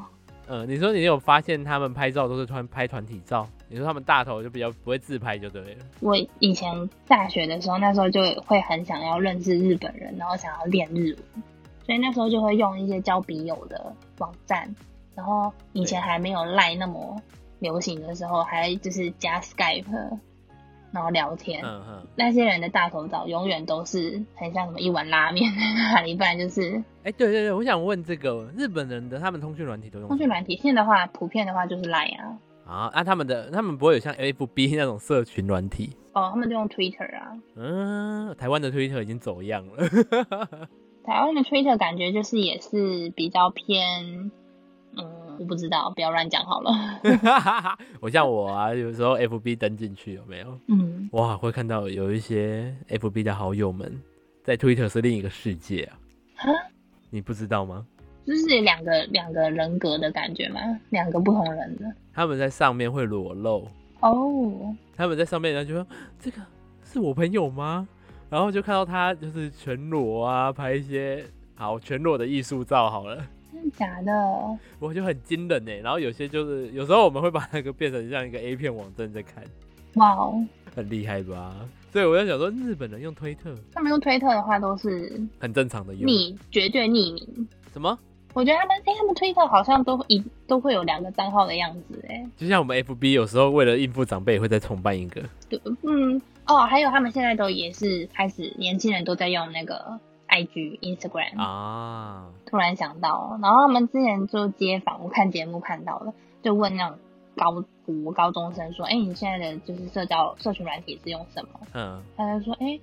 呃，你说你有发现他们拍照都是团拍团体照，你说他们大头就比较不会自拍就对了。我以前大学的时候，那时候就会很想要认识日本人，然后想要练日文，所以那时候就会用一些交笔友的网站。然后以前还没有赖那么流行的时候，还就是加 Skype，然后聊天。嗯哼，那些人的大头照永远都是很像什么一碗拉面在那里，不然就是哎、对对对，我想问这个日本人的他们通讯软体都用通讯软体。现在的话，普遍的话就是 Line 啊，啊啊，他们的他们不会有像 FB 那种社群软体。哦，他们就用 Twitter 啊。嗯，台湾的 Twitter 已经走样了。台湾的 Twitter 感觉就是也是比较偏，嗯，我不知道，不要乱讲好了。 我像我啊，有时候 FB 登进去有没有？嗯，哇，会看到有一些 FB 的好友们在 Twitter 是另一个世界啊，哈，你不知道吗？就是两个两个人格的感觉嘛，两个不同人的。他们在上面会裸露，哦，他们在上面然后就说这个是我朋友吗？然后就看到他就是全裸啊，拍一些好全裸的艺术照好了。真的假的？我就很惊人呢。欸然后有些就是有时候我们会把那个变成像一个 A 片网站在看，哇哦，很厉害吧？所以我在想说，日本人用推特他们用推特的话都是很正常的用，匿，绝对匿名。什么？我觉得他们，哎、他们推特好像都一都会有两个账号的样子、哎，就像我们 FB 有时候为了应付长辈也会再重办一个，对，嗯，哦，还有他们现在都也是开始，年轻人都在用那个 IG、Instagram 啊，突然想到，然后他们之前就街访，我看节目看到了，就问那种高国高中生说：“哎、你现在的就是社交社群软体是用什么嗯，？”他就说：“哎、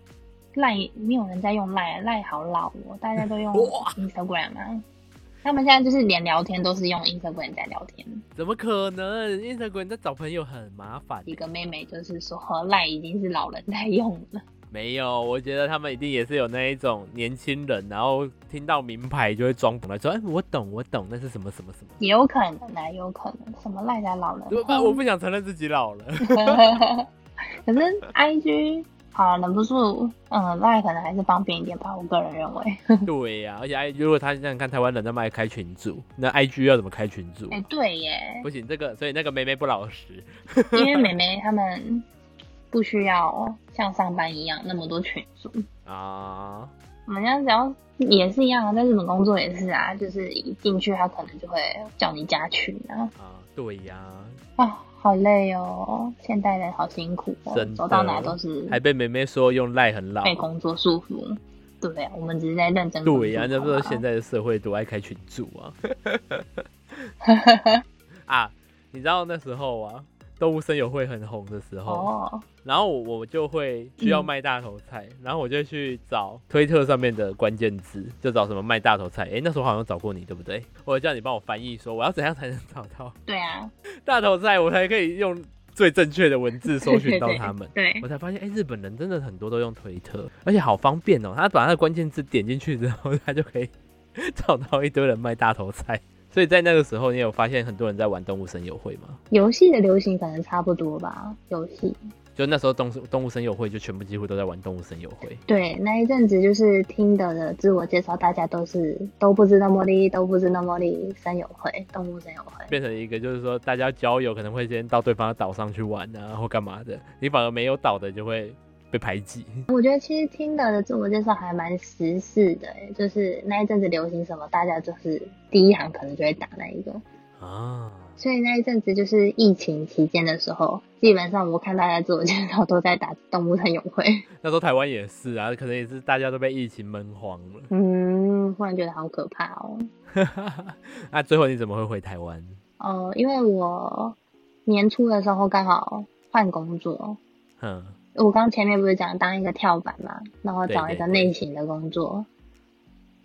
赖没有人在用赖，赖好老哦，大家都 用哇 Instagram 啊。”他们现在就是连聊天都是用 Instagram 在聊天。怎么可能？Instagram 在找朋友很麻烦一。个妹妹就是说，赖已经是老人在用了。没有，我觉得他们一定也是有那一种年轻人，然后听到名牌就会装懂来说，哎，我懂，我懂，那是什么什么什么。也有可能啊，也有可能什么赖在老人。怎么办？我不想承认自己老了。 可是 I G 好忍不住，嗯，赖可能还是方便一点吧，我个人认为。 对呀、而且 I 如果他这样看台湾人那么爱开群组，那 IG 要怎么开群组？哎、对耶，不行，这个所以那个妹妹不老实，因为妹妹她们不需要像上班一样那么多群组，啊，我们家只要也是一样啊，在日本工作也是啊，就是一进去他可能就会叫你加群啊，啊，对呀、啊，好累哦，现代人好辛苦哦真的，走到哪都是还被妹妹说用赖很老。嗯被工作束缚。对啊，我们只是在认真工作。对呀、啊那不知道现在的社会多爱开群组 啊！啊，你知道那时候啊，动物声友会很红的时候，哦，然后我我就会需要卖大头菜，然后我就去找推特上面的关键字，就找什么卖大头菜。诶，那时候好像找过你，对不对？我叫你帮我翻译，说我要怎样才能找到对啊，。大头菜，我才可以用最正确的文字搜寻到他们 对我，才发现，诶，日本人真的很多都用推特，而且好方便哦。他把那个关键字点进去之后，他就可以找到一堆人卖大头菜。所以在那个时候，你有发现很多人在玩动物森友会吗？游戏的流行可能差不多吧。游戏就那时候动动物森友会就全部几乎都在玩动物森友会。对那一阵子就是听的的自我介绍，大家都是都不知道茉莉，都不知道茉莉森友会，动物森友会。变成一个就是说，大家交友可能会先到对方的岛上去玩啊，或干嘛的，你反而没有岛的就会被排挤。我觉得其实听的的自我介绍还蛮时事的、欸，就是那一阵子流行什么，大家就是第一行可能就会打那一个。啊，所以那一阵子就是疫情期间的时候，基本上我看大家自我介绍都在打动物森友会。 那时候台湾也是啊，可能也是大家都被疫情闷慌 嗯， 忽然觉得好可怕哦。了。那啊最后你怎么会回台湾？呃，因为我年初的时候刚好换工作，哼，我刚前面不是讲当一个跳板嘛，然后找一个对对对内勤的工作，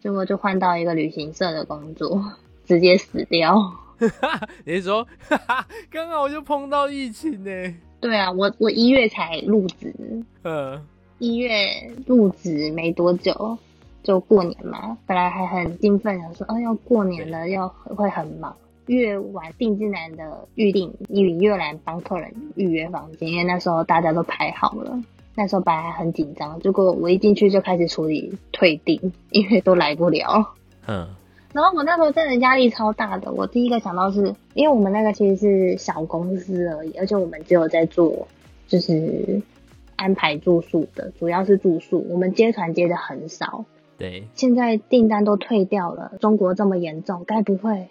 结果就换到一个旅行社的工作，直接死掉。 你是说， 哈哈，刚好我就碰到疫情呢？ 对啊，我我一月才入职，嗯，一月入职没多久就过年嘛，本来还很兴奋，想说，哦，要过年了，要会很忙。越晚订进来的预定，你越难帮客人预约房间，因为那时候大家都排好了。那时候本来很紧张，结果我一进去就开始处理退订，因为都来不了。嗯，然后我那时候真的压力超大的，我第一个想到是因为我们那个其实是小公司而已，而且我们只有在做就是安排住宿的，主要是住宿，我们接团接的很少。对，现在订单都退掉了，中国这么严重，该不会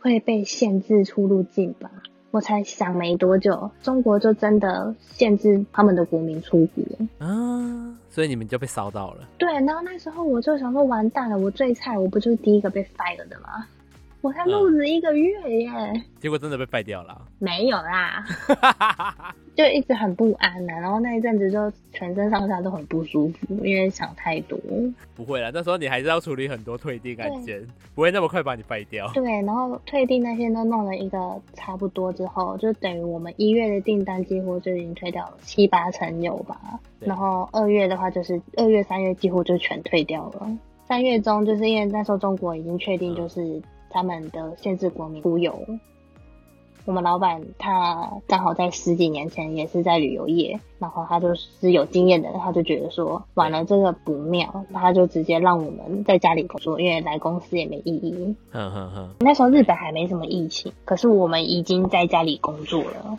会被限制出入境吧？我才想没多久，中国就真的限制他们的国民出国。啊，所以你们就被烧到了。对，然后那时候我就想说，完蛋了，我最菜，我不就是第一个被 fire 的吗？我才入职一个月耶，结果真的被废掉了没有啦，啊。就一直很不安啊呐、然后那一阵子就全身上下都很不舒服，因为想太多。不会啦，那时候你还是要处理很多退订案件，不会那么快把你废掉。对，然后退订那些都弄了一个差不多之后，就等于我们一月的订单几乎就已经退掉了七八成有吧。对然后二月的话，就是二月、三月几乎就全退掉了。三月中就是因为那时候中国已经确定就是他们的限制国民出游。我们老板他刚好在十几年前也是在旅游业，然后他就是有经验的人，他就觉得说完了这个不妙，他就直接让我们在家里工作，因为来公司也没意义。哼哼哼，那时候日本还没什么疫情，可是我们已经在家里工作了。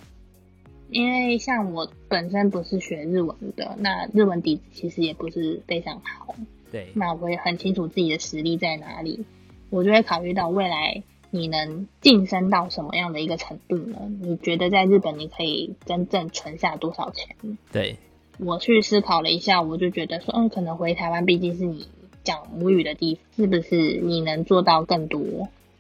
因为像我本身不是学日文的，那日文底子其实也不是非常好，对，那我也很清楚自己的实力在哪里，我就会考虑到未来你能晋升到什么样的一个程度呢？你觉得在日本你可以真正存下多少钱？对，我去思考了一下，我就觉得说，嗯，可能回台湾毕竟是你讲母语的地方，是不是你能做到更多，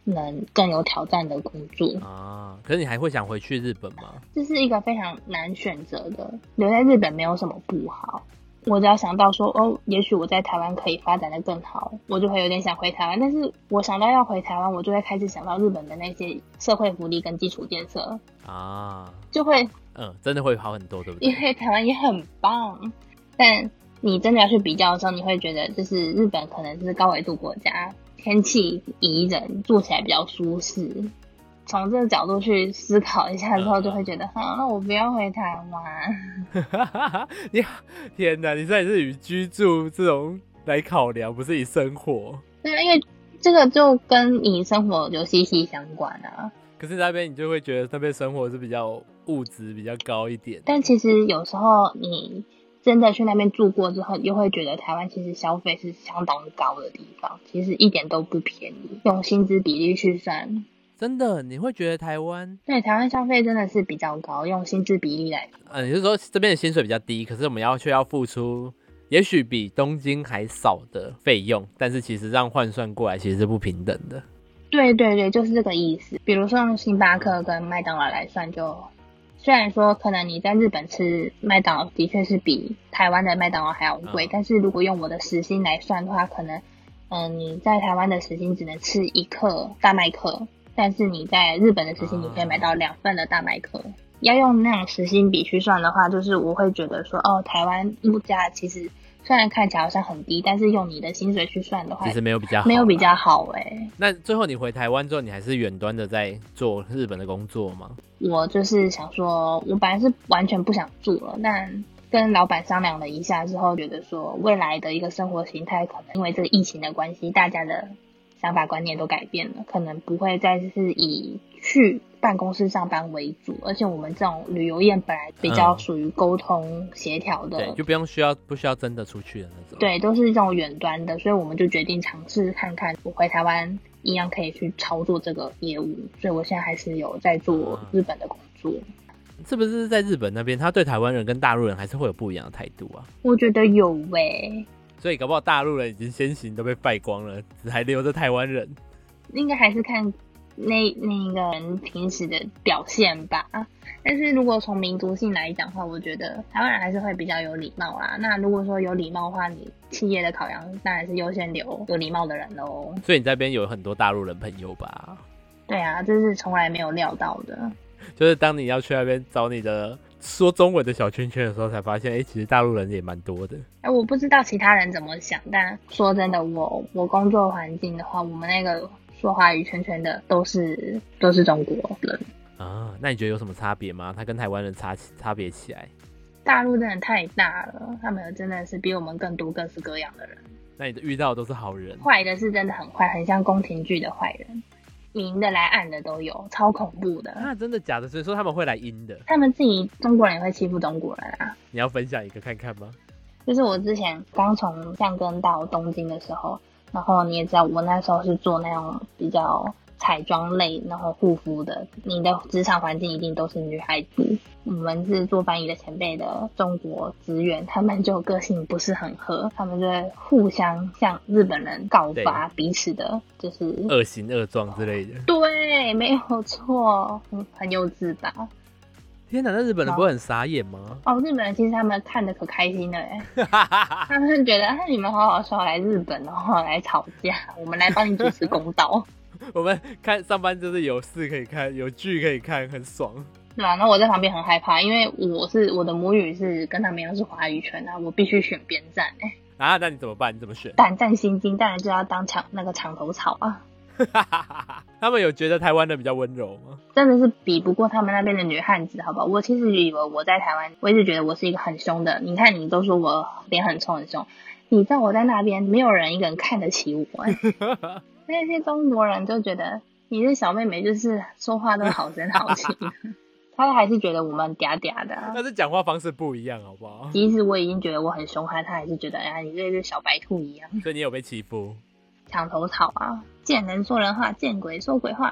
能更有挑战的工作？啊，可是你还会想回去日本吗？这是一个非常难选择的。留在日本没有什么不好，我只要想到说，哦，也许我在台湾可以发展的更好，我就会有点想回台湾。但是我想到要回台湾，我就会开始想到日本的那些社会福利跟基础建设，啊，就会嗯，真的会好很多，对不因对？为台湾也很棒，但你真的要去比较的时候，你会觉得就是日本可能是高纬度国家，天气宜人，住起来比较舒适。从这个角度去思考一下之后，就会觉得，好、那我不要回台湾。 你天哪，你这也是以居住这种来考量，不是以生活。对啊，因为这个就跟你生活有息息相关啊。可是那边你就会觉得那边生活是比较物质比较高一点，但其实有时候你真的去那边住过之后，你又会觉得台湾其实消费是相当高的地方，其实一点都不便宜。用薪资比例去算，真的你会觉得台湾，对，台湾消费真的是比较高，用薪资比例来说，嗯、你是说这边的薪水比较低，可是我们要却要付出。也许比东京还少的费用，但是其实这样换算过来其实是不平等的。对对对，就是这个意思。比如说用星巴克跟麦当劳来算就，虽然说可能你在日本吃麦当劳的确是比台湾的麦当劳还要贵，嗯但是如果用我的时薪来算的话，可能，嗯、你在台湾的时薪只能吃一克大麦克，但是你在日本的时薪你可以买到两份的大麦克。要用那种时薪比去算的话，就是我会觉得说，哦，台湾物价其实虽然看起来好像很低，但是用你的薪水去算的话其，实没有比较好，没有比较。好哎、那最后你回台湾之后，你还是远端的在做日本的工作吗？我就是想说，我本来是完全不想住了，但跟老板商量了一下之后，觉得说未来的一个生活形态，可能因为这个疫情的关系，大家的想法观念都改变了，可能不会再是以去办公室上班为主，而且我们这种旅游业本来比较嗯属于沟通协调的。对，就不用需要不需要真的出去的那种。，对，都是这种远端的，所以我们就决定尝试看看，我回台湾一样可以去操作这个业务，所以我现在还是有在做啊日本的工作。是不是在日本那边，他对台湾人跟大陆人还是会有不一样的态度啊？我觉得有喂、所以搞不好大陆人已经先行都被败光了，只还留着台湾人。应该还是看那那个人平时的表现吧。但是如果从民族性来讲的话，我觉得台湾人还是会比较有礼貌啦。那如果说有礼貌的话，你企业的考量当然是优先留有礼貌的人喽。所以你在边有很多大陆人朋友吧？对啊，这是从来没有料到的。就是当你要去那边找你的说中文的小圈圈的时候，才发现，哎、其实大陆人也蛮多的。哎，我不知道其他人怎么想，但说真的，我我工作环境的话，我们那个说华语圈圈的都是都是中国人。啊，那你觉得有什么差别吗？他跟台湾人差起差别起来？大陆真的太大了，他们真的是比我们更多各式各样的人。那你的遇到的都是好人，坏的是真的很坏，很像宫廷剧的坏人，明的来暗的都有，超恐怖的。啊，真的假的？所以说他们会来阴的。他们自己中国人也会欺负中国人啊。你要分享一个看看吗？就是我之前刚从橡根到东京的时候，然后你也知道，我那时候是做那种比较彩妆类，然后护肤的，你的职场环境一定都是女孩子。我们是做翻译的前辈的中国职员，他们就个性不是很合，他们就会互相向日本人告发彼此的，就是恶行恶状之类的。对，没有错，嗯，很幼稚吧？天哪，那日本人然不后会很傻眼吗？哦，日本人其实他们看的可开心了哎，他们觉得啊，你们好好说来日本，然后 来吵架，我们来帮你主持公道。 我们看上班就是有事可以看， 有剧可以看，很爽。对啊，那我在旁边很害怕，因为我是我的母语是跟他们一样是华语圈啊，我必须选边站哎、啊，那你怎么办？你怎么选？ 胆战心惊，当然就要当墙那个墙头草啊，他们有觉得台湾人比较温柔吗？真的是比不过他们那边的女汉子，好不好？我其实以为我在台湾，我一直觉得我是一个很凶的，你看你都说我脸很臭很凶，你知道我在那边没有人一个人看得起我、哎那些中国人就觉得你这小妹妹就是说话都好声好气，他们还是觉得我们嗲嗲的啊、但是讲话方式不一样，好不好？即使我已经觉得我很凶悍，他还是觉得哎呀，你这只小白兔一样，所以你有被欺负？墙头草啊，见人说人话，见鬼说鬼话。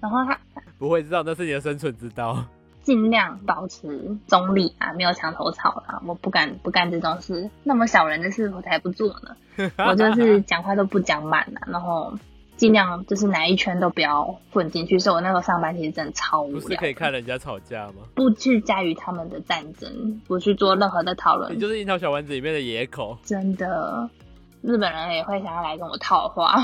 然后他不会知道那是你的生存之道。尽量保持中立啊，没有墙头草啊，我不敢不干这种事，那么小人的事我才不做呢。 我就是讲话都不讲满啊，然后尽量就是哪一圈都不要混进去。所以我那时候上班其实真的超无不是聊可，以看人家吵架吗？不去加于他们的战争，不去做任何的讨论你，就是《樱桃小丸子》里面的野口， 真的。日本人也会想要来跟我套话。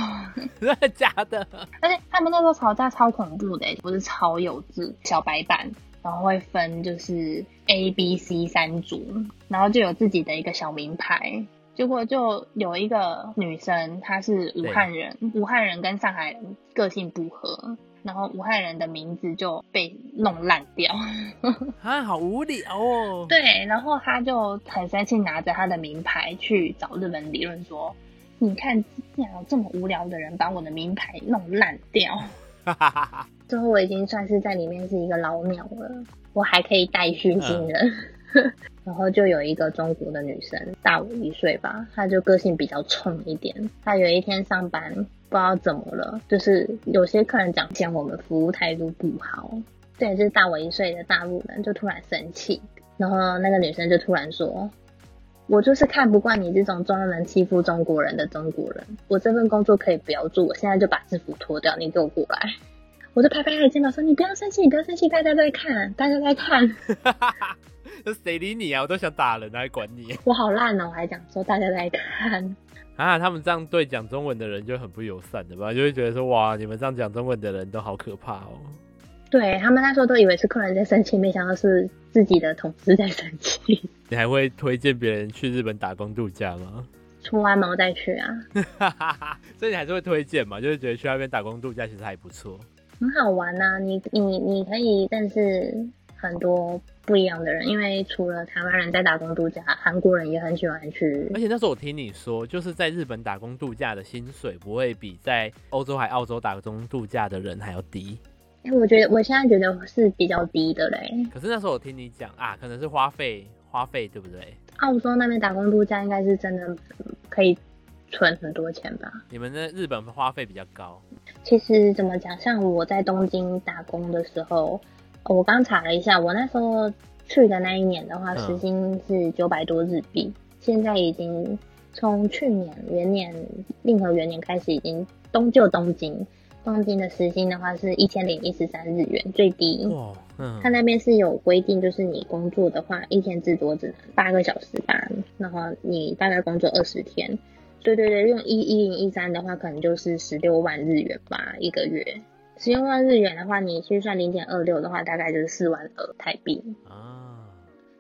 真的假的？而且他们那时候吵架超恐怖的、不是超幼稚，小白板，然后会分就是 A、B、C 三组，然后就有自己的一个小名牌。结果就有一个女生，她是武汉人，武汉人跟上海人个性不合，然后武汉人的名字就被弄烂掉。 啊，好无聊 哦。对，然后他就很生气，拿着他的名牌去找日本理论说：“你看，竟然有这么无聊的人把我的名牌弄烂掉。”最后我已经算是在里面是一个老鸟了，我还可以带续新人。 然后就有一个中国的女生，大我一岁吧，她就个性比较冲一点。她有一天上班不知道怎么了，就是有些客人讲嫌我们服务态度不好，对，就是大我一岁的大陆人就突然生气，然后那个女生就突然说：“我就是看不惯你这种专门欺负中国人的中国人，我这份工作可以不要做，我现在就把制服脱掉，你给我过来。”我就拍拍他的肩膀说：“你不要生气，你不要生气，大家都在看，大家都在看， 那谁理你啊？我都想打人，哪还管你我好烂哦！”我还讲说大家都在看， 啊？他们这样对讲中文的人就很不友善的吧？就会觉得说，哇，你们这样讲中文的人都好可怕哦。对他们那时候都以为是客人在生气，没想到是自己的同事在生气。 你还会推荐别人去日本打工度假吗？ 出完门我再去啊，所以你还是会推荐嘛？就是觉得去那边打工度假其实还不错。很好玩啊！你你你可以认识很多不一样的人，因为除了台湾人在打工度假，韩国人也很喜欢去而。且那时候我听你说，就是在日本打工度假的薪水不会比在欧洲还澳洲打工度假的人还要低。哎，我觉得我现在觉得是比较低的嘞。可是那时候我听你讲啊，可能是花费花费对不对？澳洲那边打工度假应该是真的可以存很多钱吧。你们的日本花费比较高，其实怎么讲，像我在东京打工的时候，呃我刚查了一下，我那时候去的那一年的话，嗯时薪是九百多日币，现在已经从去年元年令和元年开始，已经东就东京，东京的时薪的话是一千零一十三日元最低。哇，嗯他，那边是有规定，就是你工作的话，一天至多只能八个小时吧，然后你大概工作二十天。对对对，用一一零一三的话，可能就是十六万日元吧，一个月。十六万日元的话，你去算零点二六的话，大概就是四万二台币。啊，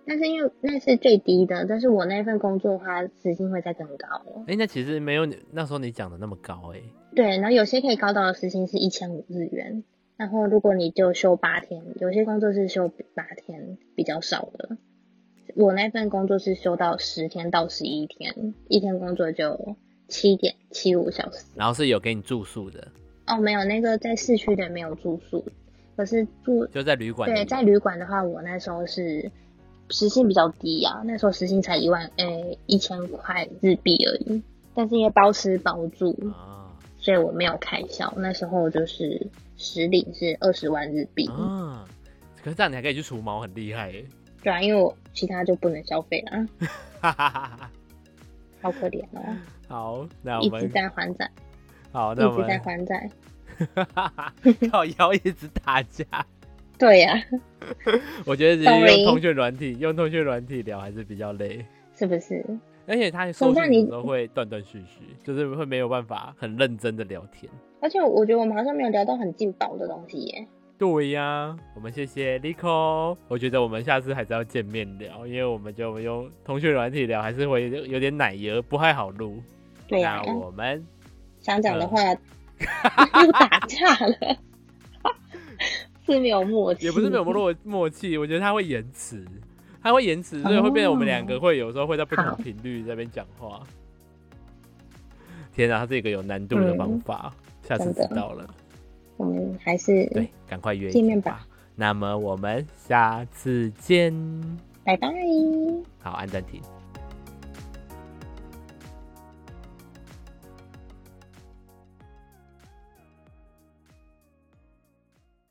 但是因为那是最低的，但是我那份工作的话，时薪会再更高。哦哎、那其实没有你那时候你讲的那么高哎、对，然后有些可以高到的时薪是一千五日元。然后如果你就休八天，有些工作是休八天，比较少的。我那份工作是休到十天到十一天，一天工作就七点七五小时。然后是有给你住宿的，哦，没有，那个在市区的没有住宿，可是住就在旅馆里对面。在旅馆的话，我那时候是时薪比较低啊，那时候时薪才一万诶一千块日币而已，但是也包吃包住，啊，所以我没有开销。那时候就是实领是二十万日币，啊，可是这样你还可以去除毛，很厉害欸耶！对啊，因为我其他就不能消费了，哈哈哈哈。好可怜哦， 好，那我一直们在还债，好，那我一直在们还债。靠腰一直打架。对呀、我觉得直接 Sorry 用通讯软体，用通讯软体聊还是比较累，是不是？而且他怎收么办讯有你时候会断断续续，就是会没有办法很认真的聊天。而且我觉得我们好像没有聊到很劲爆的东西耶。对呀、啊我们谢谢 Lico，我觉得我们下次还是要见面聊，因为我们就用通讯软体聊还是会有点奶油，不太好录。对啊呀、那我们想讲的嗯话 又打架了， 是没有默契，也不是没有默默契，我觉得他会延迟，他会延迟，所以会变得我们两个会有时候会在不同好频率在那边讲话。天啊，它是一个有难度的方法，下次真的知道了，我们还是对，赶快约见面一次吧。那么我们下次见，拜拜。好，按暂停，